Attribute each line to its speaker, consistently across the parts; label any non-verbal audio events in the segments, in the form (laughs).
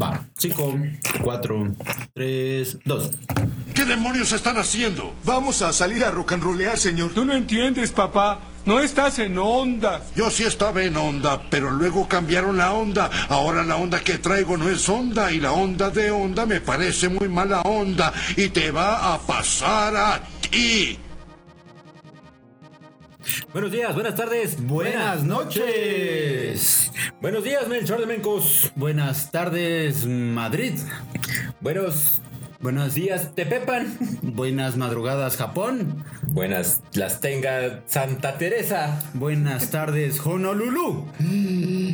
Speaker 1: Va. 5, 4, 3, 2.
Speaker 2: ¿Qué demonios están haciendo?
Speaker 3: Vamos a salir a rocanrolear, señor.
Speaker 4: Tú no entiendes, papá. No estás en onda.
Speaker 2: Yo sí estaba en onda, pero luego cambiaron la onda. Ahora la onda que traigo no es onda y la onda de onda me parece muy mala onda y te va a pasar a ti.
Speaker 1: Buenos días, buenas tardes, buenas,
Speaker 5: Buenas noches.
Speaker 1: Buenos días, Melchor de Mencos.
Speaker 5: Buenas tardes, Madrid.
Speaker 1: Buenos, buenos días, Tepepan.
Speaker 5: Buenas madrugadas, Japón.
Speaker 1: Buenas las tenga Santa Teresa.
Speaker 5: Buenas tardes, Honolulu.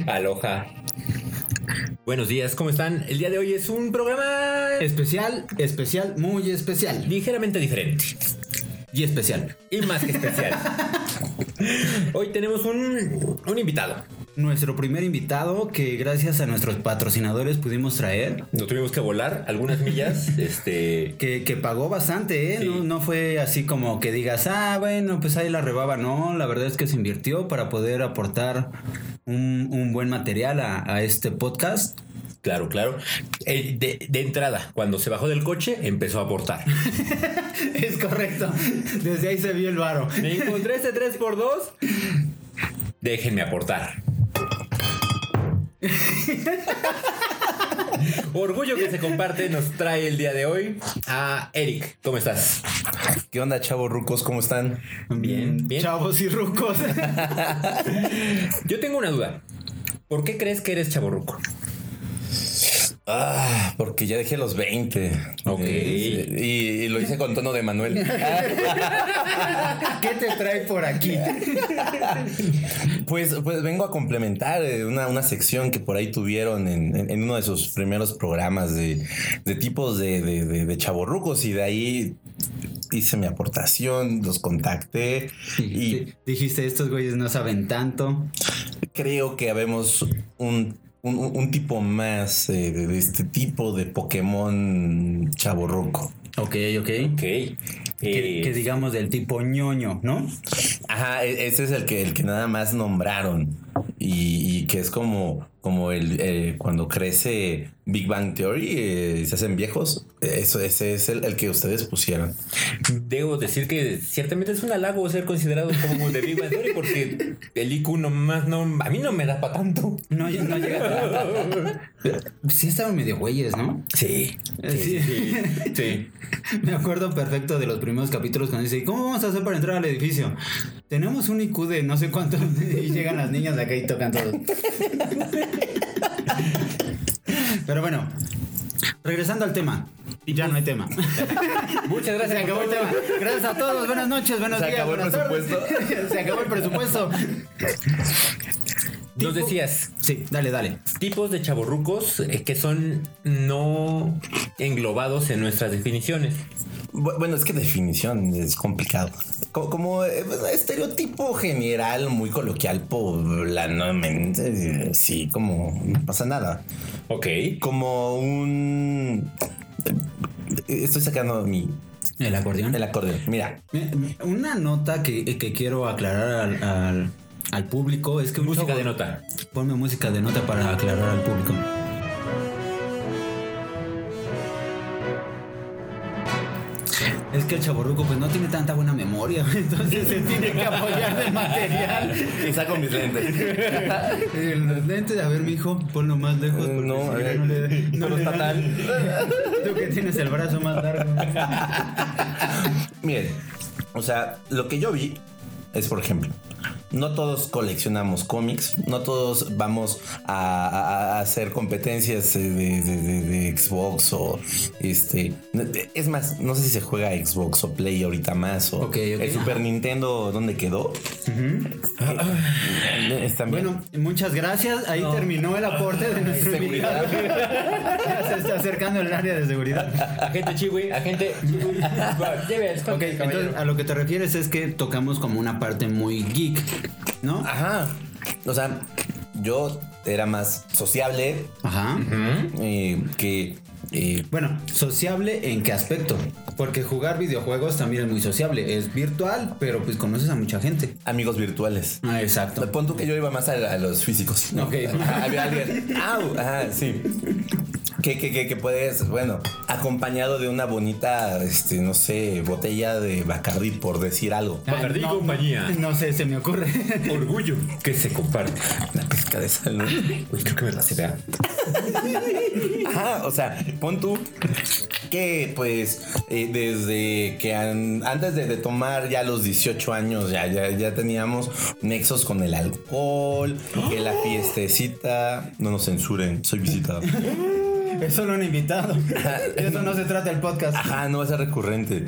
Speaker 1: Aloha. Buenos días, ¿cómo están? El día de hoy es un programa
Speaker 5: Especial, especial, muy especial.
Speaker 1: ligeramente diferente.
Speaker 5: Y especial.
Speaker 1: Y más que (laughs) especial. Hoy tenemos un, un invitado.
Speaker 5: Nuestro primer invitado que gracias a nuestros patrocinadores pudimos traer.
Speaker 1: Lo tuvimos que volar algunas millas. Este.
Speaker 5: Que, que pagó bastante, ¿eh?
Speaker 1: Sí.
Speaker 5: No, no fue así como que digas, ah, bueno, pues ahí la rebaba. No, la verdad es que se invirtió para poder aportar un, un buen material a, a este podcast.
Speaker 1: Claro, claro. Eh, De, de entrada, cuando se bajó del coche, empezó a aportar.
Speaker 5: (laughs) Es correcto. Desde ahí se vio el varo.
Speaker 1: Me encontré este 3x2. Déjenme aportar. Orgullo que se comparte nos trae el día de hoy a Eric. ¿Cómo estás?
Speaker 6: ¿Qué onda, chavos rucos? ¿Cómo están?
Speaker 1: Bien, bien.
Speaker 5: Chavos y (laughs) rucos.
Speaker 1: Yo tengo una duda. ¿Por qué crees que eres chaborruco?
Speaker 6: Ah, porque ya dejé los 20.
Speaker 1: Ok.
Speaker 6: Eh, y, y lo hice con tono de Manuel.
Speaker 5: ¿Qué te trae por aquí?
Speaker 6: Pues, pues vengo a complementar eh, una, una sección que por ahí tuvieron en, en- en uno de sus primeros programas de, de tipos de, de, de- de chavorrucos y de ahí hice mi aportación, los contacté y
Speaker 5: Dijiste, estos güeyes no saben tanto.
Speaker 6: creo que habemos un, un- un tipo más eh, de, de este tipo de Pokémon chavorruco.
Speaker 5: Ok, ok.
Speaker 1: Ok.
Speaker 5: Que,
Speaker 1: Eh,
Speaker 5: que digamos del tipo ñoño, ¿no?
Speaker 6: Ajá, e- ese es el que, el que nada más nombraron. Y, y que es como, como el, eh, cuando crece Big Bang Theory eh, y se hacen viejos. Eso, ese es el, el que ustedes pusieron.
Speaker 1: Debo decir que ciertamente es un halago ser considerado como de Big Bang Theory porque el IQ nomás no, a mí no me da para tanto.
Speaker 5: No, no llega. (laughs) Sí estaban medio güeyes, ¿no?
Speaker 1: Sí,
Speaker 5: Sí.
Speaker 1: sí, sí, sí.
Speaker 5: Eh, (laughs) Me acuerdo perfecto de los primeros capítulos cuando dice, ¿cómo vamos a hacer para entrar al edificio? Tenemos un IQ de no sé cuánto. (laughs) Y llegan las niñas de acá y tocan todo. (laughs) Pero bueno, regresando al tema. Y ya no hay tema.
Speaker 1: (laughs) Muchas
Speaker 5: Se
Speaker 1: gracias.
Speaker 5: acabó el
Speaker 1: por todo.
Speaker 5: tema. Gracias a todos. Buenas noches, buenos
Speaker 6: Se
Speaker 5: días.
Speaker 6: acabó el
Speaker 5: buenas tardes.
Speaker 6: presupuesto.
Speaker 5: (laughs) Se acabó el presupuesto.
Speaker 1: Nos decías,
Speaker 5: Sí, dale, dale.
Speaker 1: tipos de chaborrucos eh, que son no englobados en nuestras definiciones.
Speaker 6: Bu- Bueno, es que definición es complicado. Co- Como, eh, estereotipo general, muy coloquial, poblanamente. eh, Sí, como no pasa nada.
Speaker 1: Ok.
Speaker 6: Como un. eh, Estoy sacando mi.
Speaker 5: El acordeón.
Speaker 6: El acordeón. Mira,
Speaker 5: Una nota que, que quiero aclarar al, al- al público es que un
Speaker 1: Música
Speaker 5: chavo-
Speaker 1: de nota.
Speaker 5: Ponme música de nota para aclarar al público. Es que el chaborruco pues no tiene tanta buena memoria, (laughs) entonces se tiene que apoyar del material.
Speaker 6: y saco mis lentes.
Speaker 5: El los lentes, a ver, mijo, ponlo más lejos. Pues, porque
Speaker 6: Eh, No,
Speaker 5: si
Speaker 6: a ver, (laughs)
Speaker 5: no
Speaker 6: ponlo
Speaker 5: da-
Speaker 6: fatal.
Speaker 5: Tú que tienes el brazo más
Speaker 6: (laughs)
Speaker 5: largo.
Speaker 6: Miren, o sea, lo que yo vi es, por ejemplo, no todos coleccionamos cómics, no todos vamos a, a- a hacer competencias eh, de, de- de- de Xbox o este. Es más, no sé si se juega Xbox o Play ahorita más o
Speaker 5: Ok, ok.
Speaker 6: el Super Nintendo, ¿dónde quedó? Eh, están bien.
Speaker 5: Bueno, muchas gracias. Ahí terminó el aporte de nuestro
Speaker 6: seguridad.
Speaker 5: invitado. Ya (laughs) se está acercando el área de seguridad.
Speaker 1: Agente Chiwi, agente.
Speaker 5: (laughs)
Speaker 1: Chiwi. Va, Lleve al
Speaker 5: Ok,
Speaker 1: caballero.
Speaker 5: entonces ah, a lo que te refieres es que tocamos como una parte muy geek, ¿no?
Speaker 6: Ajá. O sea, yo era más sociable
Speaker 5: Ajá.
Speaker 6: eh, que. eh,
Speaker 5: Bueno, sociable en qué aspecto? Porque jugar videojuegos también es muy sociable. Es virtual, pero pues conoces a mucha gente.
Speaker 6: amigos virtuales.
Speaker 5: Ah, exacto.
Speaker 6: (laughs) Pon tú que yo iba más a, a los físicos.
Speaker 5: Ok.
Speaker 6: Había alguien. ¡Au! Ajá, sí. que, que, que, que puedes, bueno, acompañado de una bonita, este, no sé, botella de Bacardi, por decir algo.
Speaker 5: Ay,
Speaker 1: Bacardí y
Speaker 5: no,
Speaker 1: compañía.
Speaker 5: (laughs) No sé, se me ocurre.
Speaker 1: Orgullo que se comparte.
Speaker 6: Una pesca de sal, ¿no?
Speaker 1: Uy, creo que me la sé. vea.
Speaker 6: Ajá, o sea, pon tú que pues eh, desde que an- antes de, de tomar ya los 18 años ya, ya, ya teníamos nexos con el alcohol, que la fiestecita, no nos censuren, soy visitado.
Speaker 5: Es solo un invitado. De eso no se trata el podcast.
Speaker 6: (laughs) Ajá, no va a ser recurrente.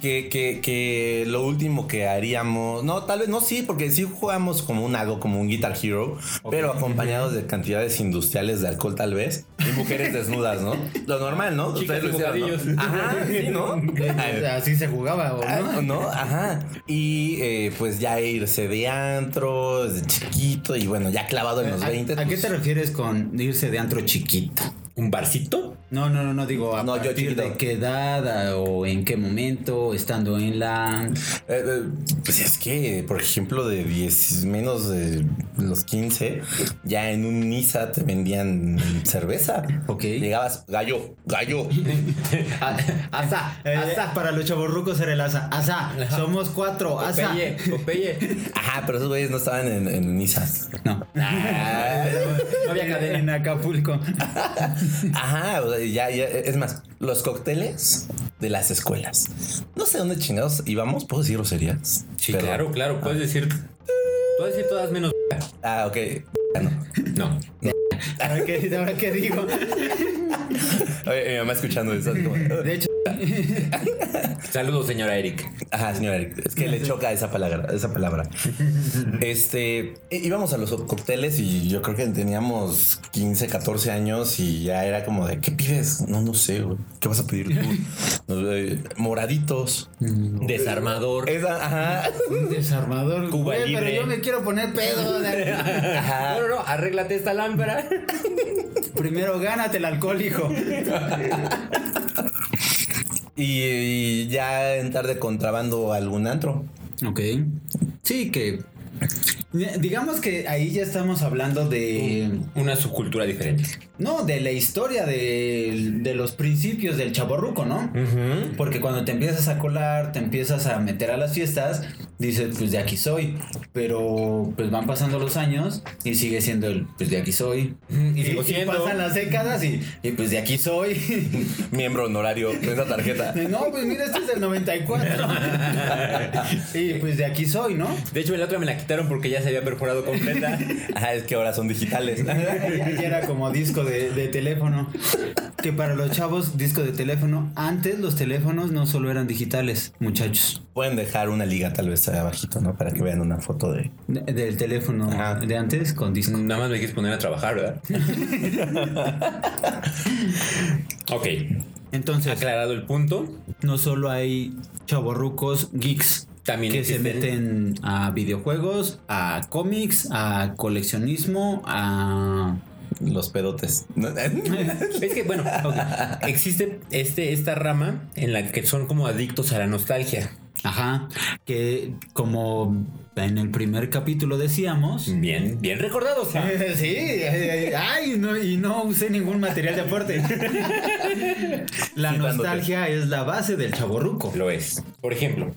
Speaker 6: Que, que, que lo último que haríamos. No, tal vez no, sí, porque sí jugamos como un algo, como un Guitar Hero, pero acompañados de cantidades industriales de alcohol, tal vez, y mujeres desnudas, ¿no? Lo normal, ¿no?
Speaker 1: Chicas
Speaker 6: lo
Speaker 1: y
Speaker 6: ¿no?
Speaker 1: bocadillos.
Speaker 6: Ajá,
Speaker 5: (laughs)
Speaker 6: sí,
Speaker 5: O
Speaker 6: ¿no?
Speaker 5: sea, Así se jugaba, ¿o
Speaker 6: Ah,
Speaker 5: ¿no?
Speaker 6: ¿No? Ajá. Y eh, pues ya irse de antro, desde chiquito, y bueno, ya clavado en los
Speaker 5: ¿A,
Speaker 6: 20.
Speaker 5: a qué
Speaker 6: pues,
Speaker 5: te refieres con irse de antro chiquito?
Speaker 1: ¿Un barcito?
Speaker 5: No, no, no, no digo a
Speaker 6: No, yo
Speaker 5: partir
Speaker 6: chiquito.
Speaker 5: de qué edad a- o en qué momento, estando en la...
Speaker 6: Eh, eh, pues es que, por ejemplo, de 10 menos de los 15, ya en un Nisa te vendían cerveza.
Speaker 5: Ok.
Speaker 6: Llegabas, gallo, gallo.
Speaker 5: A- Asa, asa, Eh, para los chavorrucos era el asa. Asa, somos cuatro, asa.
Speaker 1: Popeye.
Speaker 6: Ajá, pero esos güeyes no estaban en, en Niza. Ah,
Speaker 5: No.
Speaker 1: No había cadena.
Speaker 5: En Acapulco.
Speaker 6: Ajá, o sea, ya, ya, es más, los cócteles de las escuelas. No sé dónde chingados íbamos, ¿puedo decir groserías?
Speaker 1: Sí,
Speaker 6: Perdón.
Speaker 1: claro, claro.
Speaker 5: Ah.
Speaker 1: Puedes decir. Puedes decir todas menos.
Speaker 6: Ah, ok. Ah, no.
Speaker 1: No.
Speaker 5: ¿Ahora qué, ahora qué digo?
Speaker 6: Oye, mi mamá escuchando eso. así como,
Speaker 5: De hecho,
Speaker 1: Saludos, señora Eric.
Speaker 6: Ajá, señor Eric, es que le choca esa palabra,
Speaker 1: (laughs)
Speaker 6: esa palabra. Este, í- íbamos a los cócteles y yo creo que teníamos 15, 14 años y ya era como de, ¿qué pides? No, no sé, güey. ¿Qué vas a pedir
Speaker 1: (laughs)
Speaker 6: tú? No, eh, moraditos.
Speaker 1: Mm. Desarmador.
Speaker 6: Esa, (laughs) ajá.
Speaker 5: un desarmador.
Speaker 1: Cuba
Speaker 5: güey,
Speaker 1: libre.
Speaker 5: Pero yo me quiero poner pedo.
Speaker 6: (laughs)
Speaker 5: Ah.
Speaker 1: No, no, no. Arréglate esta lámpara.
Speaker 5: Primero gánate el alcohol, hijo.
Speaker 6: Y, y ya entrar de contrabando a algún antro.
Speaker 5: Ok. Sí, que. Digamos que ahí ya estamos hablando de.
Speaker 1: Una subcultura diferente.
Speaker 5: No, de la historia de, de los principios del chaborruco, ¿no? Porque cuando te empiezas a colar, te empiezas a meter a las fiestas, dices, pues de aquí soy. Pero pues van pasando los años y sigue siendo el, pues de aquí soy.
Speaker 1: y sigo siendo.
Speaker 5: pasan las décadas y, y, pues de aquí soy. (laughs)
Speaker 6: Miembro honorario de esa tarjeta.
Speaker 5: no, pues mira, este es del 94.
Speaker 1: (laughs)
Speaker 5: (laughs) y pues de aquí soy, ¿no?
Speaker 1: De hecho, la otra me la quitaron porque ya se había perforado completa.
Speaker 6: (laughs) Ajá, es que ahora son
Speaker 1: (laughs)
Speaker 6: digitales.
Speaker 5: Ya era como disco de, de teléfono. Que para los chavos, disco de teléfono. Antes los teléfonos no solo eran digitales, muchachos.
Speaker 6: Pueden dejar una liga tal vez ahí abajito, ¿no? Para que vean una foto de...
Speaker 5: De- del teléfono
Speaker 6: Ajá.
Speaker 5: de antes con disco.
Speaker 1: Nada más me quieres poner a trabajar, ¿verdad? ok.
Speaker 5: Entonces,
Speaker 1: Aclarado el punto.
Speaker 5: no solo hay chavorrucos geeks.
Speaker 1: También
Speaker 5: que se
Speaker 1: existen-
Speaker 5: meten a videojuegos, a cómics, a coleccionismo, a... (laughs)
Speaker 6: Los pedotes. eh,
Speaker 1: Es que, bueno, ok, existe este, esta rama en la que son como adictos a la nostalgia.
Speaker 5: Ajá, que como en el primer capítulo decíamos,
Speaker 1: Bien, bien recordados. ¿ah?
Speaker 5: Eh, (laughs) Sí, eh, eh, ay, no, y no usé ningún material de aporte. La
Speaker 6: Quitándote.
Speaker 5: nostalgia es la base del chaborruco.
Speaker 1: Lo es. Por ejemplo,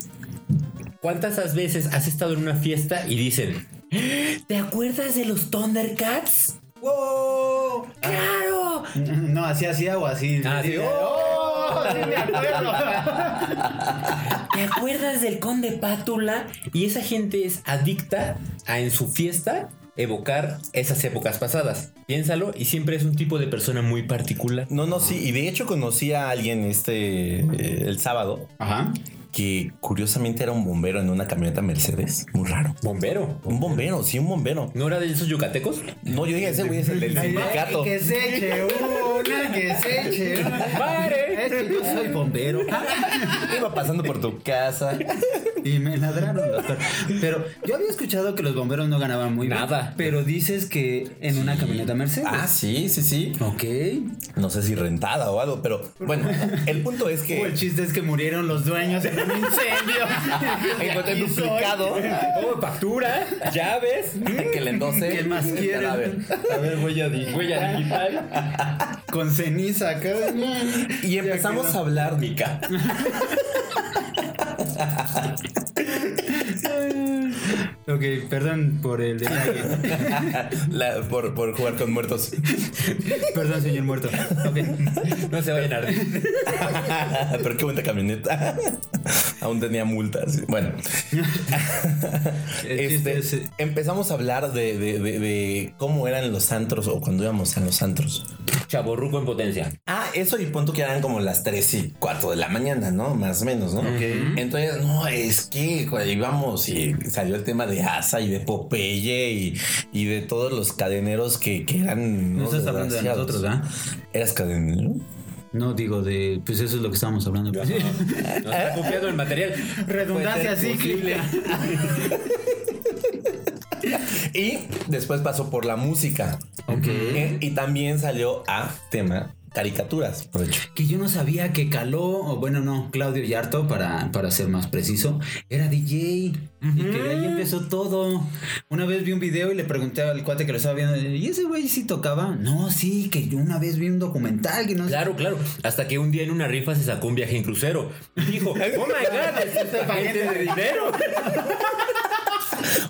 Speaker 1: ¿cuántas veces has estado en una fiesta y dicen, "¡Ah! ¿te acuerdas de los Thundercats? ¡Wow! ¡Claro!
Speaker 5: No, así hacía o así.
Speaker 1: Ah, sí.
Speaker 5: ¡Oh! sí me acuerdo.
Speaker 1: (laughs) ¿Te acuerdas del Conde Pátula? Y esa gente es adicta a en su fiesta evocar esas épocas pasadas. Piénsalo y siempre es un tipo de persona muy particular.
Speaker 6: No, no, sí. Y de hecho conocí a alguien este eh, el sábado
Speaker 5: Ajá.
Speaker 6: que curiosamente era un bombero en una camioneta Mercedes. Muy raro.
Speaker 1: Bombero.
Speaker 6: Un bombero, sí, un bombero.
Speaker 1: ¿No era de
Speaker 5: (laughs)
Speaker 1: esos yucatecos?
Speaker 6: No, yo dije, ese güey es el del sindicato.
Speaker 5: Que se eche una, que se eche una.
Speaker 1: Pare.
Speaker 5: Es que yo soy bombero.
Speaker 6: (laughs) Iba pasando por tu casa.
Speaker 5: Y me ladraron los perros. Pero yo había escuchado que los bomberos no ganaban muy bien.
Speaker 1: Nada.
Speaker 5: Pero dices que en una camioneta Mercedes.
Speaker 6: Ah, sí, sí, sí.
Speaker 5: Ok.
Speaker 6: No sé si rentada o algo, pero bueno, el punto es
Speaker 5: O el
Speaker 6: que
Speaker 5: chiste es que murieron los dueños en un incendio.
Speaker 6: Encontré
Speaker 5: Aquí soy.
Speaker 6: duplicado.
Speaker 1: Oh, factura, llaves,
Speaker 6: que le endose.
Speaker 5: ¿eh? Mm. ¿Qué más (laughs)
Speaker 6: A ver.
Speaker 5: quieren? A ver, huella digital.
Speaker 1: huella digital.
Speaker 5: con ceniza acá.
Speaker 6: Y empezamos a hablar.
Speaker 1: Mica.
Speaker 5: Ok, perdón por el
Speaker 1: (laughs)
Speaker 5: detalle.
Speaker 6: (laughs) La- por, por jugar con muertos. (laughs)
Speaker 5: perdón, señor muerto. Ok.
Speaker 1: No se vayan a reír.
Speaker 6: Pero qué buena camioneta. (laughs) Aún tenía multas. Bueno.
Speaker 5: El
Speaker 6: Este,
Speaker 5: chiste es- eh,
Speaker 6: empezamos a hablar de, de- de- de cómo eran los antros o cuando íbamos a los antros.
Speaker 1: Chaborruco en potencia.
Speaker 6: Ah, eso y punto que eran como las 3 y 4 de la mañana, ¿no? Más o menos, ¿no? Entonces, no, es que cuando íbamos y salió el tema de Asa y de Popeye y, y de todos los cadeneros que, que eran...
Speaker 5: No
Speaker 6: unos
Speaker 5: estás hablando de
Speaker 6: desgraciados.
Speaker 5: nosotros, ¿verdad?
Speaker 6: ¿Eras cadenero?
Speaker 5: No digo de. Pues eso es lo que estábamos hablando. pues.
Speaker 1: Nos está copiando el material.
Speaker 5: (laughs) Redundancia
Speaker 1: Puede ser posible.
Speaker 5: cíclica.
Speaker 6: Y después pasó por la música.
Speaker 5: Ok.
Speaker 6: Eh, Y también salió a tema caricaturas, por hecho.
Speaker 5: Que yo no sabía que Caló, o bueno, no, Claudio Yarto, para, para ser más preciso, era DJ. Y que de ahí empezó todo. Una vez vi un video y le pregunté al cuate que lo estaba viendo, ¿y ese güey sí tocaba? No, sí, que yo una vez vi un documental que no sé-
Speaker 1: Claro, claro. Hasta que un día en una rifa se sacó un viaje en crucero. Dijo, oh my
Speaker 5: (laughs)
Speaker 1: god, es este paquete de dinero.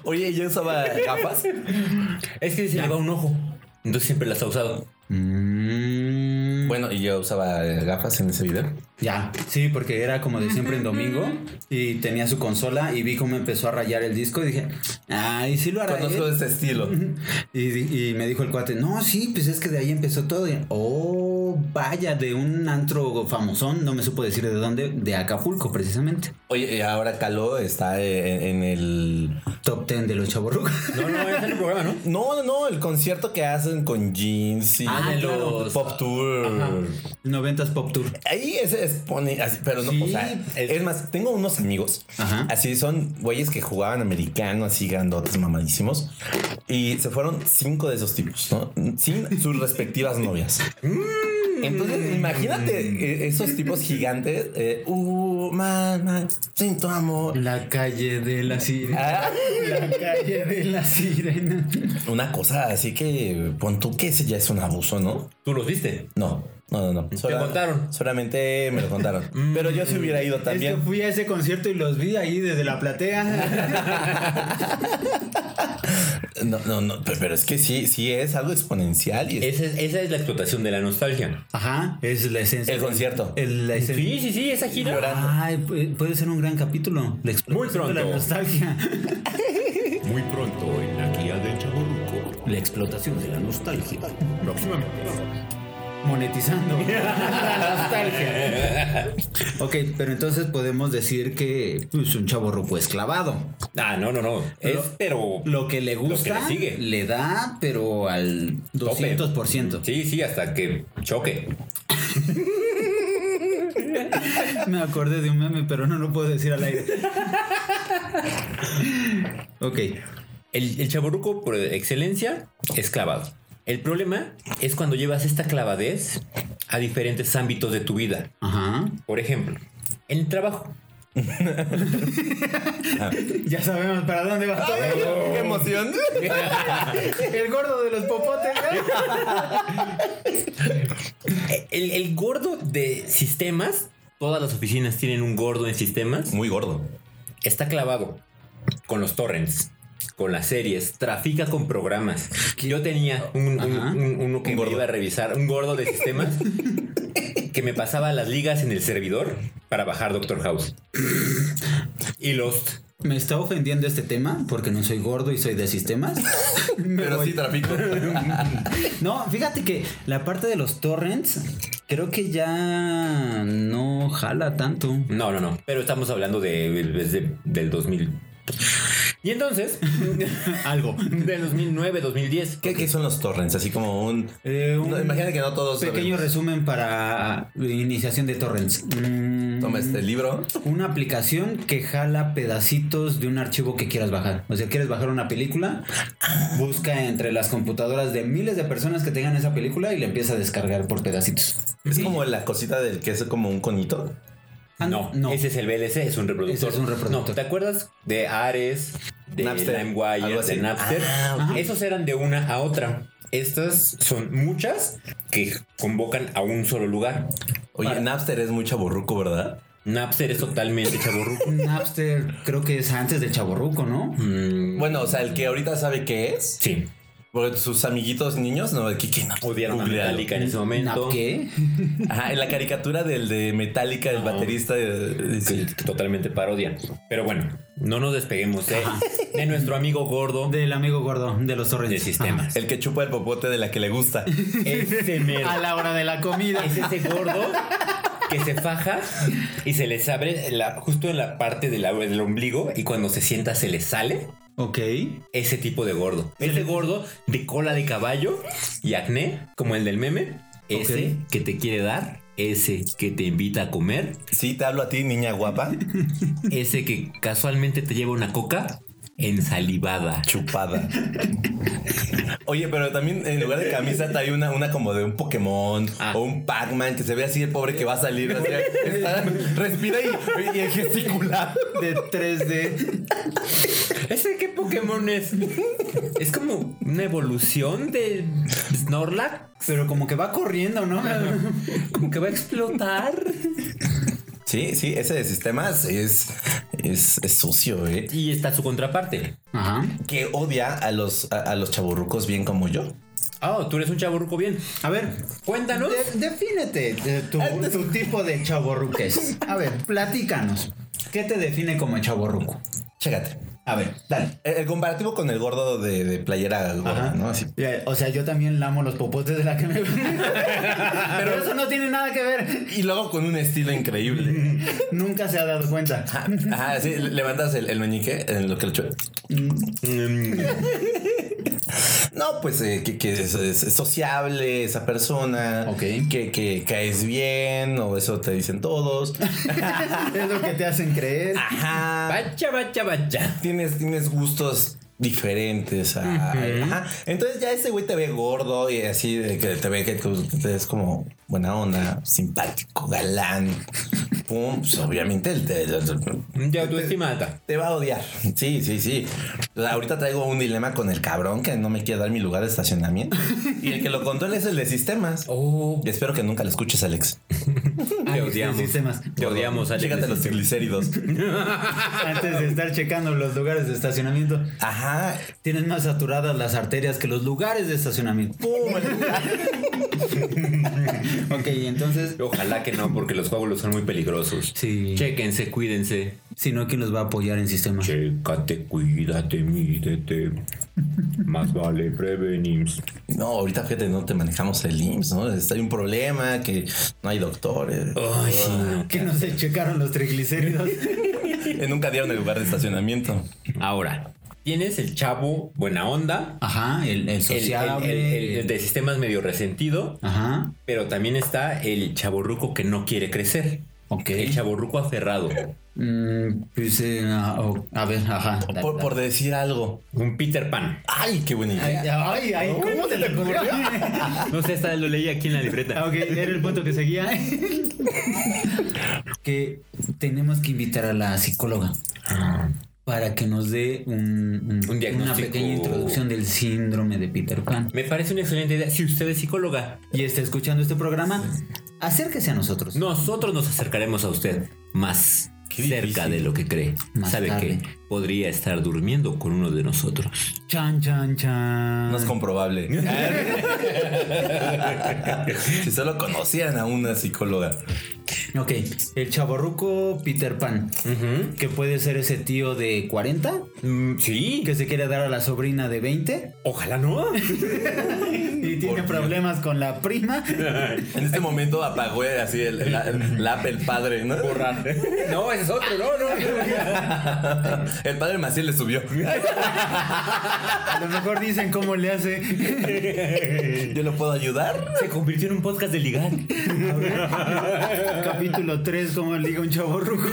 Speaker 6: Oye, yo usaba
Speaker 5: (laughs)
Speaker 6: gafas.
Speaker 1: Es que se le va un ojo. Entonces siempre las ha
Speaker 5: (laughs)
Speaker 1: usado.
Speaker 5: Mm,
Speaker 6: Bueno, y yo usaba eh, gafas en ese video.
Speaker 5: ya, sí, porque era como de siempre en domingo y tenía su consola y vi cómo empezó a rayar el disco y dije, ay, sí lo hará.
Speaker 6: Conozco
Speaker 5: él".
Speaker 6: ese estilo.
Speaker 5: Y, di- y me dijo el cuate, no, sí, pues es que de ahí empezó todo. Y, oh, vaya, de un antro famosón, no me supo decir de dónde, de Acapulco precisamente.
Speaker 6: Oye, y ahora Caló está eh, en, en el.
Speaker 5: Top 10 de los chavorrucos. (laughs)
Speaker 1: No, no, ese es el programa, ¿no?
Speaker 6: No, no, no, el concierto que hacen con jeans y
Speaker 1: Ah, de los-
Speaker 6: Pop Tour.
Speaker 5: 90s Pop Tour.
Speaker 6: Ahí es, es pone así, pero no,
Speaker 5: Sí,
Speaker 6: o sea,
Speaker 5: es-
Speaker 6: es, más, tengo unos amigos,
Speaker 5: Ajá.
Speaker 6: así son güeyes que jugaban americano, así grandotes, mamadísimos, y se fueron cinco de esos tipos, ¿no? Sin sus respectivas novias. Entonces, imagínate eh, esos tipos gigantes, eh, uh, man, man, siento amor.
Speaker 5: La calle de la sirena.
Speaker 6: Ah,
Speaker 5: La calle de la sirena.
Speaker 6: una cosa así que pon tú que ese ya es un abuso, ¿no?
Speaker 1: Tú los viste.
Speaker 6: No, no, no, no. Sola-
Speaker 1: contaron?
Speaker 6: Solamente me lo contaron. Pero yo si hubiera ido también.
Speaker 5: Es que fui a ese concierto y los vi ahí desde la (laughs) platea.
Speaker 6: No, no, no, pe- pero es que sí, sí es algo exponencial y es
Speaker 1: Esa es, esa es la explotación de la nostalgia.
Speaker 5: Ajá, es la esencia.
Speaker 6: el concierto.
Speaker 5: El- la esencia.
Speaker 1: Sí, sí, sí, esa gira.
Speaker 5: Ay, pu- puede ser un gran capítulo. La explotación
Speaker 1: pronto.
Speaker 5: de la nostalgia.
Speaker 1: Muy pronto en la guía del Chaborruco.
Speaker 5: La explotación de la nostalgia. (laughs) Monetizando. la nostalgia. ok, pero entonces podemos decir que pues, un chavo rojo es clavado.
Speaker 1: Ah, no, no, no. Es, pero.
Speaker 5: Lo que le
Speaker 1: Lo que
Speaker 5: gusta,
Speaker 1: le sigue.
Speaker 5: da, pero al 200%.
Speaker 1: Sí, sí, hasta que choque.
Speaker 5: (laughs) Me acordé de un meme, pero no lo puedo decir al (laughs) aire. ok.
Speaker 1: El, el chaborruco por excelencia es clavado. El problema es cuando llevas esta clavadez a diferentes ámbitos de tu vida.
Speaker 5: Ajá.
Speaker 1: Por ejemplo, en el trabajo.
Speaker 5: Ya sabemos para dónde va todo.
Speaker 6: ¡Qué emoción!
Speaker 5: (laughs) El gordo de los popotes. (laughs)
Speaker 1: El, el gordo de sistemas, todas las oficinas tienen un gordo en sistemas,
Speaker 6: Muy gordo.
Speaker 1: está clavado con los torrents, con las series, trafica con programas. Yo tenía un, un-
Speaker 5: Ajá.
Speaker 1: un- uno que
Speaker 6: Un
Speaker 1: me
Speaker 6: gordo.
Speaker 1: iba a revisar, un gordo de
Speaker 6: (laughs)
Speaker 1: sistemas, que me pasaba las ligas en el servidor para bajar Doctor House. Y Lost.
Speaker 5: Me está ofendiendo este tema porque no soy gordo y soy de
Speaker 6: (laughs)
Speaker 5: sistemas. Me
Speaker 6: Pero
Speaker 5: voy.
Speaker 6: sí trafico.
Speaker 5: (laughs) No, fíjate que la parte de los torrents creo que ya no jala tanto.
Speaker 1: No, no, no. Pero estamos hablando de, desde- del 2000. Y
Speaker 6: (laughs)
Speaker 1: entonces, (laughs)
Speaker 5: Algo.
Speaker 1: del 2009, 2010.
Speaker 6: ¿Qué, qué son los torrents? Así como un.
Speaker 5: Eh, un
Speaker 6: No, imagina que no todos.
Speaker 5: Pequeño resumen para iniciación de torrents. Mm,
Speaker 6: Toma este libro.
Speaker 5: Una aplicación que jala pedacitos de un archivo que quieras bajar. O sea, quieres bajar una película, busca entre las computadoras de miles de personas que tengan esa película y la empieza a descargar por pedacitos.
Speaker 6: Es como la cosita del que es como un conito.
Speaker 5: Ah,
Speaker 1: No, ese es el VLC, es un reproductor.
Speaker 5: Ese es un reproductor.
Speaker 1: No, ¿te acuerdas de Ares, de
Speaker 6: Napster,
Speaker 1: LimeWire,
Speaker 6: algo así.
Speaker 1: de Napster?
Speaker 6: Ah,
Speaker 1: Esos eran de una a otra. estas son muchas que convocan a un solo lugar.
Speaker 6: Oye, Napster es muy chaburruco, ¿verdad?
Speaker 1: Napster
Speaker 5: (laughs)
Speaker 1: es totalmente chaburruco.
Speaker 5: Napster creo que es antes del chaborruco, ¿no?
Speaker 6: Bueno, o sea, el que ahorita sabe qué es,
Speaker 1: Mm, Sí.
Speaker 6: porque sus amiguitos niños, no, ¿qué, qué? No,
Speaker 1: Odiaron a
Speaker 6: googlealo.
Speaker 1: Metallica en ese momento.
Speaker 5: ¿Nap qué?
Speaker 6: Ajá, en la caricatura del de Metallica, el baterista, eh,
Speaker 1: Sí,
Speaker 6: dice,
Speaker 1: totalmente parodia. Pero bueno, no nos despeguemos ¿eh? de nuestro amigo gordo
Speaker 5: Del amigo gordo, de los torres.
Speaker 1: de sistemas.
Speaker 6: el que chupa el popote de la que le gusta.
Speaker 5: (laughs)
Speaker 1: Ese mero.
Speaker 5: A la hora de la (laughs) comida.
Speaker 1: Es ese gordo que se faja y se les abre la- justo en la parte del, del ombligo y cuando se sienta se le sale.
Speaker 5: ok.
Speaker 1: Ese tipo de gordo. Ese gordo de cola de caballo y acné, como el del meme. Ese
Speaker 5: Ok.
Speaker 1: que te quiere dar. Ese que te invita a comer.
Speaker 6: Sí, te hablo a ti, niña guapa,
Speaker 1: Ese que casualmente te lleva una coca ensalivada.
Speaker 6: chupada. Oye, pero también en lugar de camisa trae una, una como de un Pokémon
Speaker 1: Ah.
Speaker 6: o un Pac-Man que se ve así el pobre que va a salir. así, está- respira y, y gesticula.
Speaker 5: De 3D.
Speaker 1: ¿Ese qué Pokémon es? es como una evolución de Snorlax.
Speaker 5: Pero como que va corriendo, ¿no?
Speaker 1: Como que va a explotar.
Speaker 6: Sí, sí, ese de sistemas es, es, es sucio, ¿eh?
Speaker 1: Y está su contraparte.
Speaker 5: Ajá.
Speaker 6: Que odia a los, a, a los chaburrucos bien como yo.
Speaker 1: Ah, tú eres un chaburruco bien.
Speaker 5: A ver,
Speaker 1: Cuéntanos.
Speaker 5: de- defínete de tu, tu tipo de chaborruques. A ver, platícanos. ¿Qué te define como chaborruco?
Speaker 6: Chécate.
Speaker 5: A ver, dale.
Speaker 6: El, el comparativo con el gordo de, de playera gorda, ¿no? Así.
Speaker 5: Eh, O sea, yo también lamo los popotes de la que me. (laughs) Pero eso no tiene nada que ver.
Speaker 6: Y luego con un estilo increíble.
Speaker 5: Nunca se ha dado cuenta.
Speaker 6: Ajá, ajá, sí, le- levantas el, el meñique en lo que lo chue- No, pues eh, que, que es, es- es sociable esa persona.
Speaker 5: Ok.
Speaker 6: Que, que caes bien, o eso te dicen todos.
Speaker 5: Es lo que te hacen creer.
Speaker 6: Ajá.
Speaker 1: Bacha, bacha, bacha.
Speaker 6: tienes, tienes gustos diferentes. a- ajá. Entonces ya ese güey te ve gordo y así de que te ve que tú- te es como buena onda, simpático, galán. Pum, pues obviamente él te,
Speaker 1: De autoestima alta.
Speaker 6: te va a odiar. Sí, sí, sí. O sea, Ahorita traigo un dilema con el cabrón que no me quiere dar mi lugar de estacionamiento. Y el que lo controla es el de sistemas.
Speaker 1: Oh,
Speaker 6: Espero que nunca lo escuches, Alex.
Speaker 1: te odiamos.
Speaker 5: sí, sistemas.
Speaker 1: Te odiamos, Alex.
Speaker 6: Chécate los triglicéridos.
Speaker 5: Antes de estar checando los lugares de estacionamiento,
Speaker 6: Ajá.
Speaker 5: tienes más saturadas las arterias que los lugares de estacionamiento.
Speaker 6: Pum, el-
Speaker 5: Ok, entonces,
Speaker 1: Ojalá que no, porque los coágulos son muy peligrosos.
Speaker 5: Sí.
Speaker 1: Chéquense, cuídense.
Speaker 5: si no, ¿quién los va a apoyar en sistema?
Speaker 1: Chécate, cuídate, mídete. Más vale prevenir.
Speaker 6: No, ahorita fíjate, no te manejamos el IMSS, ¿no? Está- Hay un problema que no hay doctores.
Speaker 1: Ay, sí, no.
Speaker 5: Que no se checaron los triglicéridos.
Speaker 6: Eh, Nunca dieron el lugar de estacionamiento.
Speaker 1: Ahora, tienes el chavo buena onda.
Speaker 5: Ajá, el, el
Speaker 1: El, el-
Speaker 5: sociable.
Speaker 1: el- el de sistemas medio resentido.
Speaker 5: Ajá,
Speaker 1: Pero también está el chaborruco que no quiere crecer.
Speaker 5: ok.
Speaker 1: El chaborruco aferrado.
Speaker 5: Mm, pues, eh, ah, oh, a ver, ajá. dale,
Speaker 6: Por, por
Speaker 5: dale.
Speaker 6: decir algo.
Speaker 1: Un Peter Pan.
Speaker 6: ¡Ay, qué buena
Speaker 5: Ay,
Speaker 6: idea!
Speaker 5: ay, ay, ¿cómo se te ocurrió?
Speaker 1: No sé, esta lo leí aquí en la
Speaker 5: Ah,
Speaker 1: (laughs) libreta.
Speaker 5: ok, era el punto que seguía. (laughs) que tenemos que invitar a la psicóloga ah, para que nos dé un, un-
Speaker 1: Un diagnóstico.
Speaker 5: una pequeña introducción del síndrome de Peter Pan.
Speaker 1: Me parece una excelente idea. Si usted es psicóloga,
Speaker 5: Y está escuchando este programa, acérquese a nosotros.
Speaker 1: nosotros nos acercaremos a usted más cerca de lo que cree.
Speaker 5: Más
Speaker 1: ¿Sabe
Speaker 5: tarde.
Speaker 1: qué? Podría estar durmiendo con uno de nosotros.
Speaker 5: Chan, chan, chan.
Speaker 6: No es (laughs) comprobable. si solo conocían a una psicóloga.
Speaker 5: Ok, el chaborruco Peter Pan, que puede ser ese tío de 40
Speaker 1: Mm, sí.
Speaker 5: que se quiere dar a la sobrina de 20
Speaker 1: Ojalá no.
Speaker 5: y tiene problemas con la prima.
Speaker 6: En este momento apagó así el, el, el app, el padre, ¿no?
Speaker 1: (laughs) No, ese es otro. No, no.
Speaker 6: (laughs) El padre Maciel le (laughs) subió.
Speaker 5: A lo mejor dicen cómo le hace.
Speaker 6: ¿Yo lo puedo ayudar?
Speaker 1: Se convirtió en un podcast de ligar.
Speaker 5: Capítulo 3, cómo liga un chavo ruco.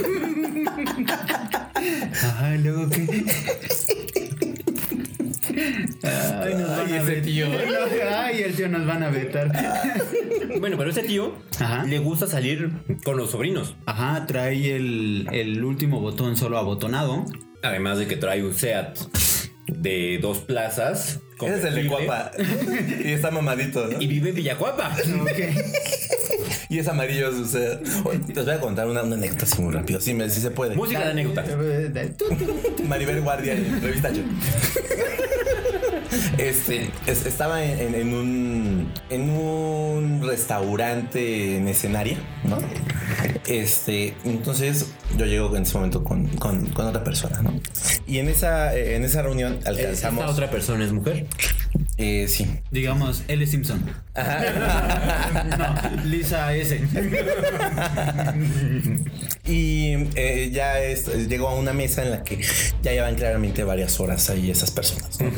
Speaker 5: Ajá, ¿y luego qué. Ay, nos van
Speaker 6: Ay,
Speaker 5: a
Speaker 6: ese
Speaker 5: bet-
Speaker 6: tío.
Speaker 5: Ay, el tío nos van a vetar.
Speaker 1: (laughs) Bueno, pero ese tío
Speaker 5: Ajá.
Speaker 1: le gusta salir con los sobrinos.
Speaker 5: Ajá, trae el, el último botón solo abotonado.
Speaker 1: Además de que trae un SEAT de dos plazas.
Speaker 6: Eres el de
Speaker 1: convertible,
Speaker 6: Cuapa. y está mamadito, ¿no?
Speaker 1: Y
Speaker 6: Y,
Speaker 1: vive en
Speaker 6: (laughs)
Speaker 1: Villacuapa.
Speaker 6: es amarillo, o sea. Oye, Te voy a contar una, una anécdota así muy rápido. Sí, me, sí se puede.
Speaker 1: Música de anécdota.
Speaker 6: Maribel Guardia, en revista yo. Este, es- estaba en, en- en un en un restaurante en escenario, ¿no? Este, entonces yo llego en ese momento con, con- con otra persona, ¿no? Y en esa, eh, en esa reunión
Speaker 1: ¿Esta
Speaker 6: alcanzamos.
Speaker 1: otra persona es mujer?
Speaker 6: eh, sí.
Speaker 5: Digamos, L. Simpson. no, Lisa S.
Speaker 6: Y eh, ya es- llegó a una mesa en la que ya llevan claramente varias horas ahí esas personas. ¿no?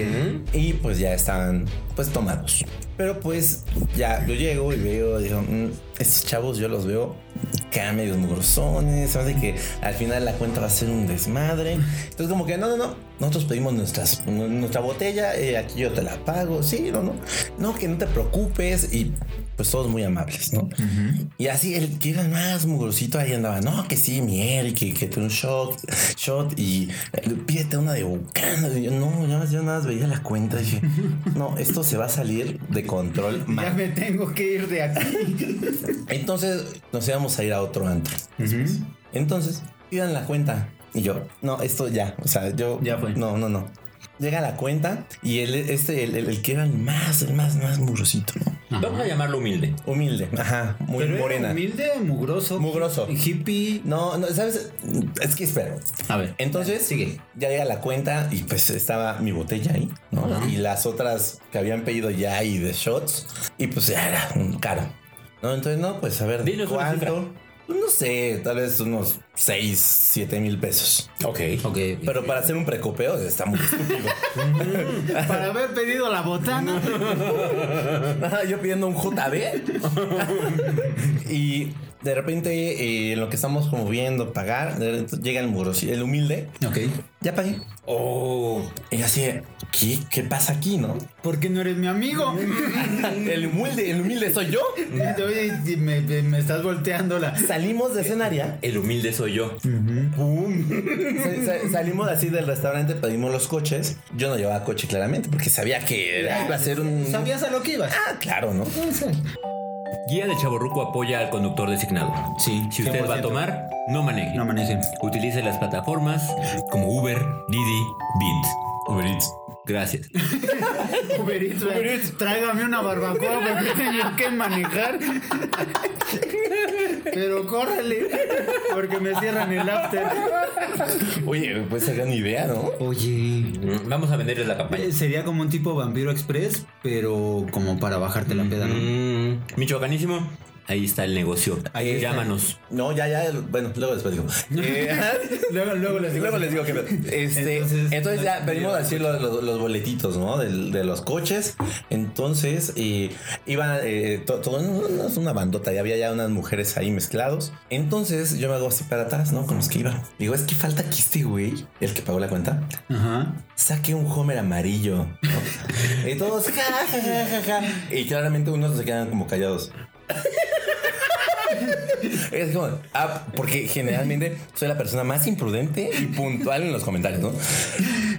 Speaker 6: Y pues ya estaban pues tomados. Pero pues ya yo llego y veo, digo, "Mm, estos chavos yo los veo cada medios grosones, se me hace que al final la cuenta va a ser un desmadre. Entonces como que no, no, no, nosotros pedimos nuestras, nuestra botella, eh, aquí yo te la pago, sí, no, no, no, que no te preocupes y pues todos muy amables, ¿no? Y así el que era más mugrosito ahí andaba, no, que sí, miel, que, que te un shot, shot y eh, pídete una de bucana. Y yo, no, yo, yo nada más veía la cuenta y dije, no, esto se va a salir de control. mal".
Speaker 5: Ya me tengo que ir de aquí.
Speaker 6: Entonces nos íbamos a ir a otro antro. Entonces, pidan la cuenta. Y yo, no, esto ya. O sea, yo.
Speaker 5: Ya fue.
Speaker 6: No, no, no. Llega la cuenta y el, este, el, el- el que era el más, el más, más mugrosito, ¿no?
Speaker 1: Vamos a llamarlo humilde.
Speaker 6: Humilde, ajá, muy
Speaker 5: Pero era
Speaker 6: morena.
Speaker 5: humilde, mugroso.
Speaker 6: Mugroso.
Speaker 5: Hippie.
Speaker 6: No, no, ¿sabes? Es que espero.
Speaker 5: A ver.
Speaker 6: Entonces,
Speaker 5: Sigue.
Speaker 6: Ya llega la cuenta y pues estaba mi botella ahí, ¿no? Y las otras que habían pedido ya y de shots. Y pues ya era un caro. No, entonces no, pues a ver,
Speaker 1: Dinos una
Speaker 6: ¿cuánto? Pues, No sé, tal vez unos 6, 7 mil pesos.
Speaker 1: Ok.
Speaker 5: Ok. Pero
Speaker 6: Pero para hacer un precopeo está
Speaker 1: (laughs)
Speaker 6: muy estúpido.
Speaker 5: para haber pedido la botana.
Speaker 6: Ajá, Yo pidiendo un JB. (laughs) y de repente, eh, en lo que estamos como viendo pagar, de repente llega el muro, el humilde.
Speaker 5: ok.
Speaker 6: Ya pagué.
Speaker 1: Oh,
Speaker 6: Y así, ¿qué, ¿qué pasa aquí, (laughs) no?
Speaker 5: ¿Por qué no eres mi (laughs) amigo?
Speaker 6: El humilde, el humilde soy yo.
Speaker 5: Oye, y me, me- me estás volteando la.
Speaker 6: Salimos de escenaria,
Speaker 1: el humilde soy yo.
Speaker 6: sa- sa- salimos así del restaurante, pedimos los coches. Yo no llevaba coche claramente porque sabía que era- iba a ser un...
Speaker 5: ¿Sabías a lo que ibas?
Speaker 6: Ah, claro, ¿no?
Speaker 1: Guía de Chaborruco apoya al conductor designado.
Speaker 5: Sí,
Speaker 1: Si usted va a
Speaker 5: 100%.
Speaker 1: tomar, no maneje.
Speaker 5: No maneje.
Speaker 1: Utilice las plataformas como Uber, Didi, Bit. Uber Eats. Gracias.
Speaker 5: Uber Eats, Tráigame una barbacoa porque tengo (laughs) que manejar. Pero córrele, porque me cierran el after.
Speaker 6: Oye, pues ser gran idea, ¿no?
Speaker 5: Oye,
Speaker 1: Mm, Vamos a venderles la campaña.
Speaker 5: eh, sería como un tipo vampiro express, pero como para bajarte la peda, ¿no?
Speaker 1: Mm, Michoacanísimo. Ahí está el negocio.
Speaker 6: Ahí está.
Speaker 1: Llámanos.
Speaker 6: No, ya, ya, bueno, luego después digo. (laughs) Eh,
Speaker 5: Luego, luego les digo.
Speaker 6: Luego les digo que no. Este,
Speaker 5: Entonces,
Speaker 6: entonces, ya pedimos así los, los- los boletitos, ¿no? Del- De, los coches. Entonces, eh, iban eh, to- todo no, es una bandota. Y había ya unas mujeres ahí mezclados. Entonces, yo me hago así para atrás, ¿no? Con los que iban. Digo, es que falta que este güey, el que pagó la cuenta,
Speaker 5: Ajá.
Speaker 6: saque un Homer amarillo. ¿no? y todos, ja, ja, ja, ja, ja. Y claramente unos se quedan como callados. Es como, ah, porque generalmente soy la persona más imprudente y puntual en los comentarios, ¿no?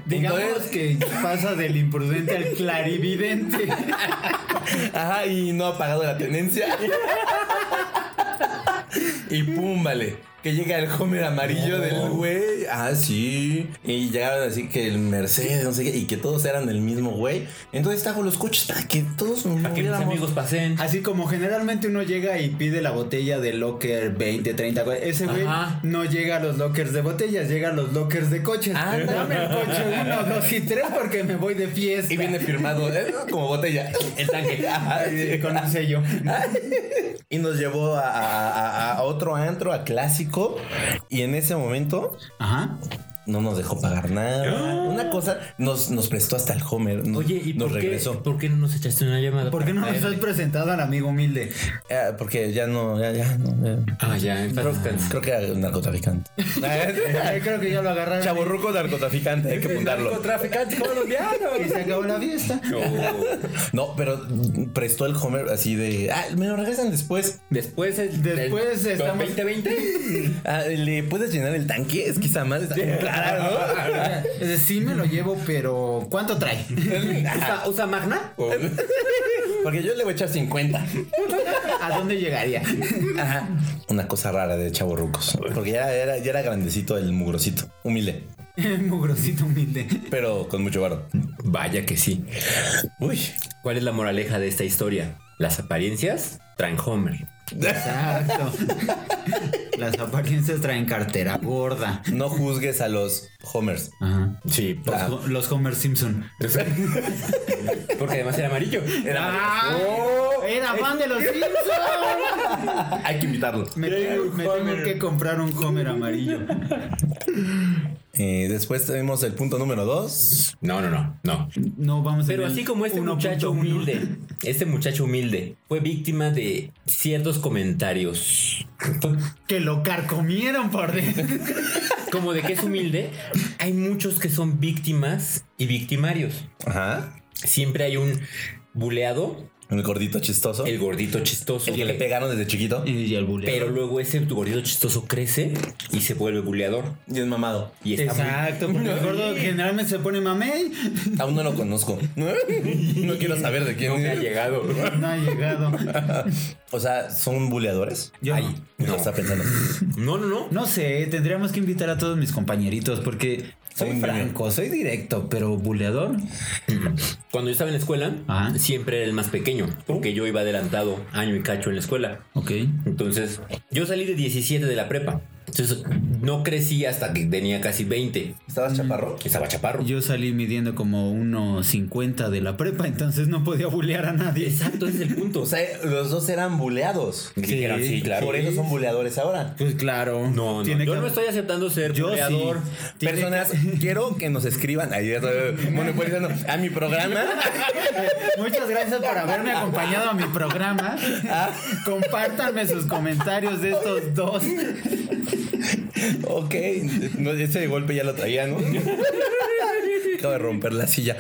Speaker 5: Digamos
Speaker 6: Entonces,
Speaker 5: que pasa del imprudente al clarividente.
Speaker 6: ajá, y no ha pagado la tenencia. Y pum, vale. Que llega el Homer amarillo del güey. Ah, sí. Y llegaron así que el Mercedes, no sé qué. Y que todos eran del mismo güey. Entonces trajo los coches para que todos nos
Speaker 1: Para que mis
Speaker 6: moviéramos.
Speaker 1: amigos pasen.
Speaker 5: Así como generalmente uno llega y pide la botella de locker 20, 30, 40. Ese güey
Speaker 1: Ajá.
Speaker 5: no llega a los lockers de botellas, llega a los lockers de coches.
Speaker 6: Ah, no.
Speaker 5: Dame el coche 1, 2 y 3 porque me voy de fiesta.
Speaker 1: (laughs)
Speaker 6: Y viene firmado eh, como botella.
Speaker 1: El tanque.
Speaker 6: (laughs) Ajá,
Speaker 5: Sí, con un sello.
Speaker 6: Y nos llevó a, a- a- a otro antro, a clásico. Y en ese momento
Speaker 5: Ajá.
Speaker 6: no nos dejó pagar nada. Una cosa, nos, nos prestó hasta el Homer.
Speaker 1: Ah.
Speaker 6: Nos,
Speaker 1: Oye, ¿y
Speaker 6: nos
Speaker 1: por, Qué,
Speaker 6: regresó.
Speaker 1: por qué no nos echaste una llamada?
Speaker 5: ¿Por qué no
Speaker 1: para
Speaker 5: nos has
Speaker 1: traerle?
Speaker 5: presentado al amigo humilde?
Speaker 6: Ah, porque ya no, ya, ya no. ya.
Speaker 1: Ah, ya, en paz descanse.
Speaker 6: Creo que era un (laughs) narcotraficante.
Speaker 5: Eh, creo que ya lo agarraron.
Speaker 6: Chaborruco narcotraficante, hay que (laughs) apuntarlo.
Speaker 1: Narcotraficante colombiano.
Speaker 5: Y se acabó la fiesta.
Speaker 6: No, pero prestó el Homer así de. Ah, me lo regresan después.
Speaker 1: Después, es-
Speaker 5: Después
Speaker 1: del-
Speaker 5: estamos-
Speaker 6: (laughs)
Speaker 1: 2020.
Speaker 5: (laughs)
Speaker 6: Ah, ¿Le puedes llenar el tanque? Es que está mal, está bien
Speaker 5: comparar, ¿no? O sea, Eh, Sí me lo llevo, pero ¿cuánto trae?
Speaker 1: ¿Usa, usa Magna?
Speaker 6: (laughs) Porque yo le voy a echar 50.
Speaker 5: ¿A dónde llegaría?
Speaker 6: Una cosa rara de chavo rucos. Porque ya era, ya era grandecito el mugrosito. Humilde.
Speaker 5: Mugrosito humilde.
Speaker 6: Pero con mucho varo.
Speaker 1: Vaya que sí.
Speaker 6: Uy.
Speaker 1: ¿Cuál es la moraleja de esta historia? Las apariencias traen hombre. (laughs)
Speaker 5: Exacto. Las apariencias traen cartera gorda.
Speaker 6: No juzgues a los homers. Ah,
Speaker 5: Ajá.
Speaker 1: Sí,
Speaker 5: Los, Ho- los Homer Simpson.
Speaker 1: porque además era amarillo.
Speaker 5: ¡Ah! ¡Era fan de (laughs) los Simpson!
Speaker 1: Oh,
Speaker 6: Hay que invitarlo.
Speaker 5: Ah. Me, tengo- me tengo que comprar un Homer amarillo.
Speaker 6: Eh, después tenemos el punto número 2.
Speaker 1: No, no, no, no.
Speaker 5: No vamos a
Speaker 1: Pero así como este muchacho humilde, este muchacho humilde fue víctima de ciertos comentarios.
Speaker 5: Que lo carcomieron por dentro.
Speaker 1: Como de que es humilde, hay muchos que son víctimas y victimarios.
Speaker 6: Ajá.
Speaker 1: Siempre hay un buleado,
Speaker 6: El gordito chistoso.
Speaker 1: el gordito chistoso.
Speaker 6: el que le pegaron desde chiquito.
Speaker 5: (laughs) Y el
Speaker 1: Pero luego ese gordito chistoso crece y se vuelve buleador.
Speaker 6: Y es mamado.
Speaker 1: Y está muy-
Speaker 5: Exacto, porque
Speaker 1: (laughs)
Speaker 5: el gordo generalmente se pone mamey.
Speaker 6: Aún no
Speaker 1: (laughs)
Speaker 6: lo conozco. No quiero saber de quién.
Speaker 1: nunca ha llegado.
Speaker 5: No ha llegado.
Speaker 6: O sea, ¿son buleadores?
Speaker 5: Yo
Speaker 1: Ay,
Speaker 5: no.
Speaker 6: No. está pensando.
Speaker 1: No, no, no.
Speaker 5: No sé, tendríamos que invitar a todos mis compañeritos porque soy
Speaker 6: Un niño.
Speaker 5: franco, soy directo, pero buleador.
Speaker 1: Cuando yo estaba en la escuela,
Speaker 5: Ajá.
Speaker 1: siempre era el más pequeño, porque yo iba adelantado año y cacho en la escuela.
Speaker 5: Ok.
Speaker 1: Entonces, yo salí de 17 de la prepa. Entonces, no crecí hasta que tenía casi 20.
Speaker 6: ¿Estabas chaparro?
Speaker 1: Estaba chaparro.
Speaker 5: Yo salí midiendo como 1.50 de la prepa, entonces no podía bulear a nadie.
Speaker 1: Exacto, ese es el punto.
Speaker 6: O sea, los dos eran buleados.
Speaker 1: Dijeron, sí, claro.
Speaker 6: Por eso son buleadores ahora.
Speaker 5: Pues claro.
Speaker 1: No, no,
Speaker 5: Tiene
Speaker 1: yo
Speaker 5: que-
Speaker 1: no estoy aceptando ser
Speaker 5: Yo
Speaker 1: buleador.
Speaker 5: sí. Tiene
Speaker 6: Personas, quiero que nos escriban ahí, eh, monopolizando a mi programa.
Speaker 1: (laughs)
Speaker 5: Muchas gracias por haberme acompañado a mi
Speaker 1: (laughs)
Speaker 5: programa.
Speaker 1: Ah.
Speaker 5: Compártanme sus comentarios de estos dos.
Speaker 6: Ok, no, ese golpe ya lo
Speaker 5: (laughs)
Speaker 6: traía, ¿no? Acabo de romper la silla.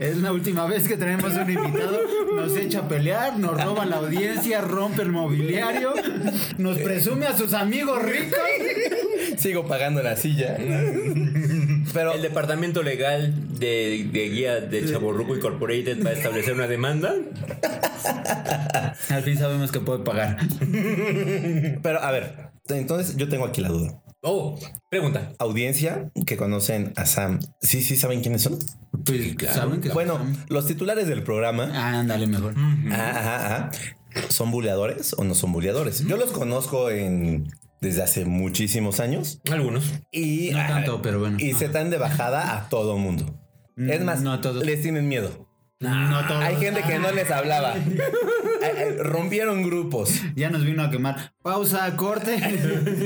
Speaker 5: Es la última vez que tenemos un invitado. Nos echa a pelear, nos roba la audiencia, rompe el mobiliario, nos presume a sus amigos ricos.
Speaker 6: Sigo pagando la silla. Pero
Speaker 1: El departamento legal de, de guía de Chaborruco Incorporated va a establecer una demanda.
Speaker 5: Al fin sabemos que puede pagar.
Speaker 6: Pero a ver, entonces yo tengo aquí la duda.
Speaker 1: Oh, pregunta.
Speaker 6: Audiencia que conocen a Sam. Sí, sí, saben quiénes son.
Speaker 5: Pues saben que
Speaker 6: Bueno, los titulares del programa.
Speaker 5: ándale mejor.
Speaker 6: Ajá, ajá, ajá. ¿Son buleadores o no son buleadores? Yo los conozco en desde hace muchísimos años
Speaker 1: Algunos.
Speaker 6: y
Speaker 5: No tanto, pero bueno.
Speaker 6: Y se dan de bajada a todo mundo. Es más,
Speaker 5: Mm, no a todos.
Speaker 6: les tienen miedo.
Speaker 5: No todos.
Speaker 6: Hay gente que no les hablaba.
Speaker 1: (laughs)
Speaker 6: Ay, ay, Rompieron grupos.
Speaker 5: Ah, Ya nos vino a quemar. Pausa,
Speaker 6: (laughs)
Speaker 5: corte.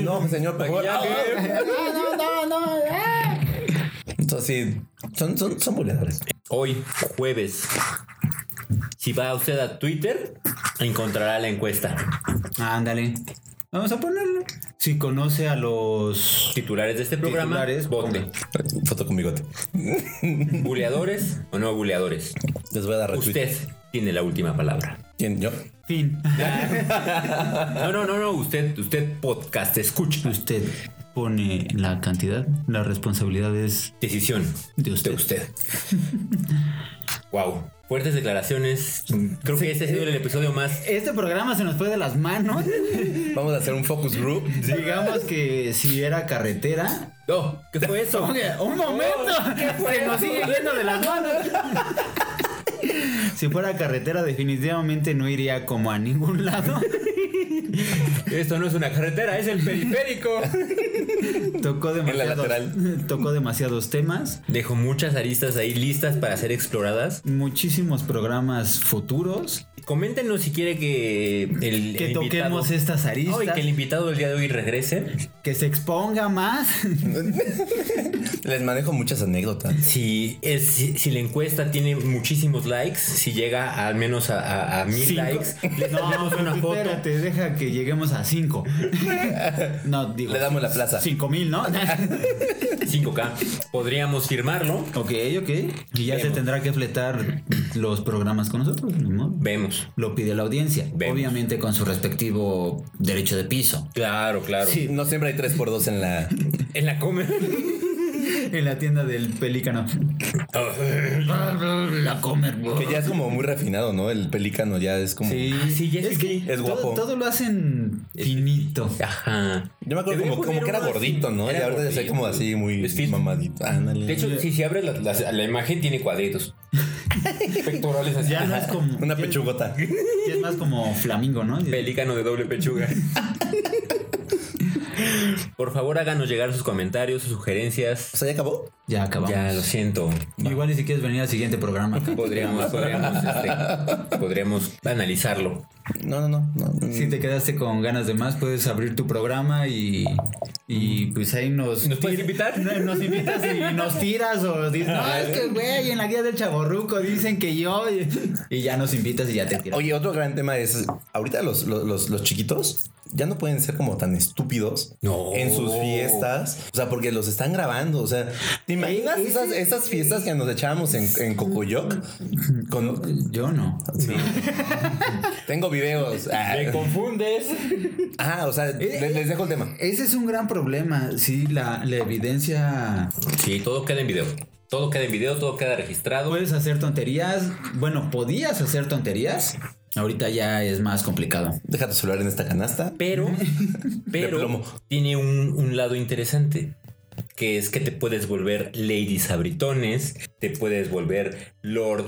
Speaker 6: No, señor, por favor.
Speaker 5: no, no, no.
Speaker 6: Entonces, sí, son, son, son buleadores.
Speaker 1: Hoy, jueves. Si va usted a Twitter, encontrará la encuesta.
Speaker 5: Ándale. Vamos a ponerlo. Si conoce a los
Speaker 1: Titulares de este programa,
Speaker 5: Titulares,
Speaker 1: vote.
Speaker 6: Foto con bigote.
Speaker 1: ¿Buleadores o no buleadores?
Speaker 6: Les voy a dar retweet.
Speaker 1: Usted tiene la última palabra.
Speaker 6: ¿Quién? ¿Yo?
Speaker 5: fin.
Speaker 1: No, no, no, no. Usted, usted podcast escucha.
Speaker 5: Usted pone la cantidad, la responsabilidad es
Speaker 1: Decisión
Speaker 5: de
Speaker 1: de
Speaker 5: usted.
Speaker 1: usted. (laughs) Wow. Fuertes declaraciones. Creo que este ha sido el episodio más.
Speaker 5: Este programa se nos fue de las manos.
Speaker 6: Vamos a hacer un focus group.
Speaker 5: Digamos que si era carretera.
Speaker 1: Oh, ¿qué fue eso?
Speaker 5: (laughs) ¡Un
Speaker 6: (laughs)
Speaker 5: momento! Se nos sigue yendo de las manos. Si fuera carretera, definitivamente no iría como a ningún (laughs) lado.
Speaker 1: Esto no es una carretera, es el
Speaker 5: (laughs)
Speaker 1: periférico.
Speaker 5: Tocó demasiados,
Speaker 6: lateral.
Speaker 5: (laughs) tocó demasiados temas.
Speaker 1: Dejo muchas aristas ahí listas para ser exploradas.
Speaker 5: Muchísimos programas futuros.
Speaker 1: Coméntenos si quiere que el,
Speaker 5: Que
Speaker 1: el
Speaker 5: toquemos
Speaker 1: invitado-
Speaker 5: estas aristas.
Speaker 1: Oh, y que el invitado del día de hoy regrese.
Speaker 5: Que se exponga más.
Speaker 6: Les manejo muchas anécdotas.
Speaker 1: Si, es, si, si la encuesta tiene muchísimos likes, si llega al menos a, a- a mil
Speaker 5: Cinco.
Speaker 1: likes,
Speaker 5: No,
Speaker 1: una foto.
Speaker 5: espérate, deja que lleguemos a
Speaker 6: (laughs)
Speaker 5: 5. No, digo.
Speaker 6: Le damos la plaza.
Speaker 5: 5 mil,
Speaker 6: (laughs)
Speaker 5: ¿no? ok,
Speaker 1: 5K, podríamos firmarlo.
Speaker 5: ok. Y ya se tendrá que fletar los programas con nosotros, ni modo.
Speaker 1: Vemos.
Speaker 5: Lo pide la audiencia.
Speaker 1: Vemos.
Speaker 5: Obviamente con su respectivo derecho de piso.
Speaker 1: Claro, claro.
Speaker 6: No siempre hay 3x2 en la,
Speaker 1: En la comer.
Speaker 5: en la tienda del
Speaker 6: (laughs)
Speaker 5: pelícano. la comer,
Speaker 6: Que ya es como muy refinado, ¿no? El pelícano ya es como.
Speaker 5: Sí,
Speaker 1: Ah, sí, ya
Speaker 5: es
Speaker 1: sé
Speaker 5: que
Speaker 1: que
Speaker 6: es guapo.
Speaker 5: Todo, todo lo hacen finito.
Speaker 1: Ajá.
Speaker 6: Yo me acuerdo
Speaker 1: Debería
Speaker 6: como, como
Speaker 1: poner
Speaker 6: que era
Speaker 1: uno así.
Speaker 6: gordito, ¿no?
Speaker 1: Era
Speaker 6: y ahorita ya soy
Speaker 1: gordito.
Speaker 6: como así muy
Speaker 1: Es fit.
Speaker 6: mamadito. Ándale.
Speaker 1: De hecho, si se abre la, la- la imagen, tiene
Speaker 6: (laughs)
Speaker 1: cuadritos. Pectorales así.
Speaker 5: Ya no es como.
Speaker 6: Una
Speaker 5: ya-
Speaker 6: pechugota.
Speaker 5: ya es más como flamingo, ¿no?
Speaker 1: (laughs) Pelícano de doble pechuga.
Speaker 6: (laughs)
Speaker 1: Por favor, háganos llegar sus comentarios, sus
Speaker 6: O
Speaker 1: sugerencias.
Speaker 6: sea, ya acabó.
Speaker 5: Ya acabamos.
Speaker 1: Ya, lo siento.
Speaker 5: Igual y si quieres venir al siguiente programa.
Speaker 6: (laughs)
Speaker 5: acá.
Speaker 1: Podríamos, podríamos, este, podríamos analizarlo.
Speaker 6: No, no, no. no.
Speaker 5: Si te quedaste con ganas de más, puedes abrir tu programa y, y pues ahí nos...
Speaker 1: ¿Nos puedes invitar? Ah, eh".
Speaker 5: No, Nos invitas y nos tiras o dices, no, es que güey, en la guía del chaborruco dicen que yo... Y ya nos invitas y ya te tiras.
Speaker 6: Oye, otro gran tema es, ahorita los, los, los- los chiquitos ya no pueden ser como tan estúpidos
Speaker 1: No.
Speaker 6: en sus fiestas, o sea, porque los están grabando, o sea, ¿te imaginas
Speaker 5: Ese-
Speaker 6: esas, esas fiestas que nos echábamos en, en Cocoyoc? Con-
Speaker 5: Yo no. (laughs)
Speaker 6: tengo videos. Ah,
Speaker 1: confundes.
Speaker 6: ah, o sea,
Speaker 5: Eh,
Speaker 6: les, les dejo el tema.
Speaker 5: Ese es un gran problema, sí, la, la evidencia...
Speaker 1: Sí, todo queda en video. Todo queda en video, todo queda registrado.
Speaker 5: Puedes hacer tonterías, bueno, podías hacer tonterías, ahorita ya es más complicado.
Speaker 6: Deja tu celular en esta canasta.
Speaker 1: Pero, (laughs) pero
Speaker 6: plomo.
Speaker 1: tiene un, un lado interesante. Que es que te puedes volver Lady Sabritones, te puedes volver Lord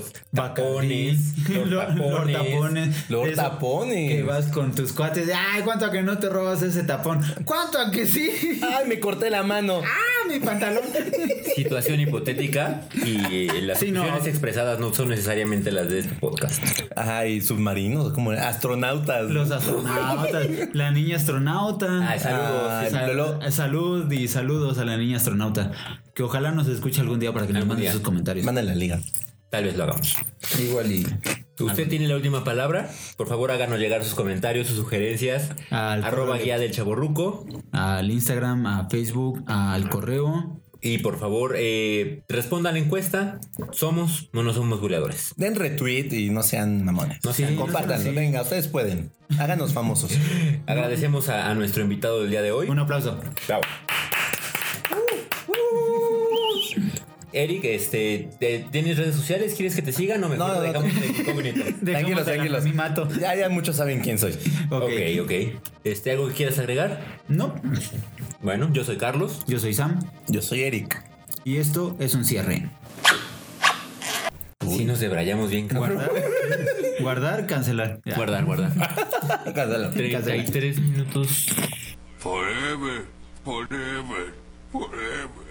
Speaker 1: Tapones,
Speaker 5: (laughs)
Speaker 1: Lord
Speaker 5: Lord- Lord
Speaker 1: Tapones.
Speaker 5: tapones.
Speaker 6: Lord
Speaker 5: Eso,
Speaker 6: Tapones.
Speaker 5: Que vas con tus cuates. de, Ay, ¿cuánto a que no te robas ese tapón? ¿Cuánto a que sí?
Speaker 6: Ay, me corté la mano.
Speaker 5: ¡Ah, mi pantalón!
Speaker 1: Situación hipotética y
Speaker 5: (laughs)
Speaker 1: eh, las
Speaker 5: Sí, no.
Speaker 1: opiniones expresadas no son necesariamente las de este podcast.
Speaker 6: Ay, submarinos, como astronautas.
Speaker 5: Los astronautas. La niña astronauta.
Speaker 1: Ah, saludos.
Speaker 6: Ah,
Speaker 5: Sal-
Speaker 6: Lolo.
Speaker 5: salud y saludos a la niña astronauta. Que ojalá nos escuche algún día para que nos
Speaker 1: Algún
Speaker 5: mande
Speaker 1: día.
Speaker 5: sus comentarios.
Speaker 6: Mándale la liga.
Speaker 1: Tal vez lo hagamos.
Speaker 5: Igual y.
Speaker 1: Usted tiene la última palabra. Por favor, háganos llegar sus comentarios, sus sugerencias.
Speaker 5: Al
Speaker 1: arroba guía del chaborruco.
Speaker 5: Al Instagram, a Facebook, al correo.
Speaker 1: Y por favor, eh, responda a la encuesta. Somos, no, no somos buleadores.
Speaker 6: Den retweet y no sean mamones.
Speaker 1: No sean-
Speaker 6: Compártanlo,
Speaker 5: sí.
Speaker 6: venga, ustedes pueden. Háganos famosos.
Speaker 1: (laughs) Agradecemos a, a nuestro invitado del día de hoy.
Speaker 5: Un aplauso.
Speaker 1: Bravo. Eric, este, te- ¿tienes redes sociales? ¿Quieres que te sigan o mejor
Speaker 6: No, no,
Speaker 1: lo
Speaker 6: no.
Speaker 1: dejamos en incógnito?
Speaker 6: (laughs) Tranquilos, tranquilos.
Speaker 5: Mi mato.
Speaker 6: Ya, ya muchos saben quién soy.
Speaker 5: Ok.
Speaker 1: ok, ok. Este, ¿Algo que quieras agregar?
Speaker 5: No,
Speaker 1: Bueno, yo soy Carlos.
Speaker 5: yo soy Sam
Speaker 6: Yo soy
Speaker 1: (laughs)
Speaker 6: Eric.
Speaker 5: y esto es un cierre.
Speaker 1: Si nos debrayamos bien, cabrón.
Speaker 5: Guardar, guardar, cancelar. Ya.
Speaker 1: Guardar, guardar.
Speaker 6: (laughs) Cásalo.
Speaker 1: 33 minutos.
Speaker 2: Forever, forever, forever.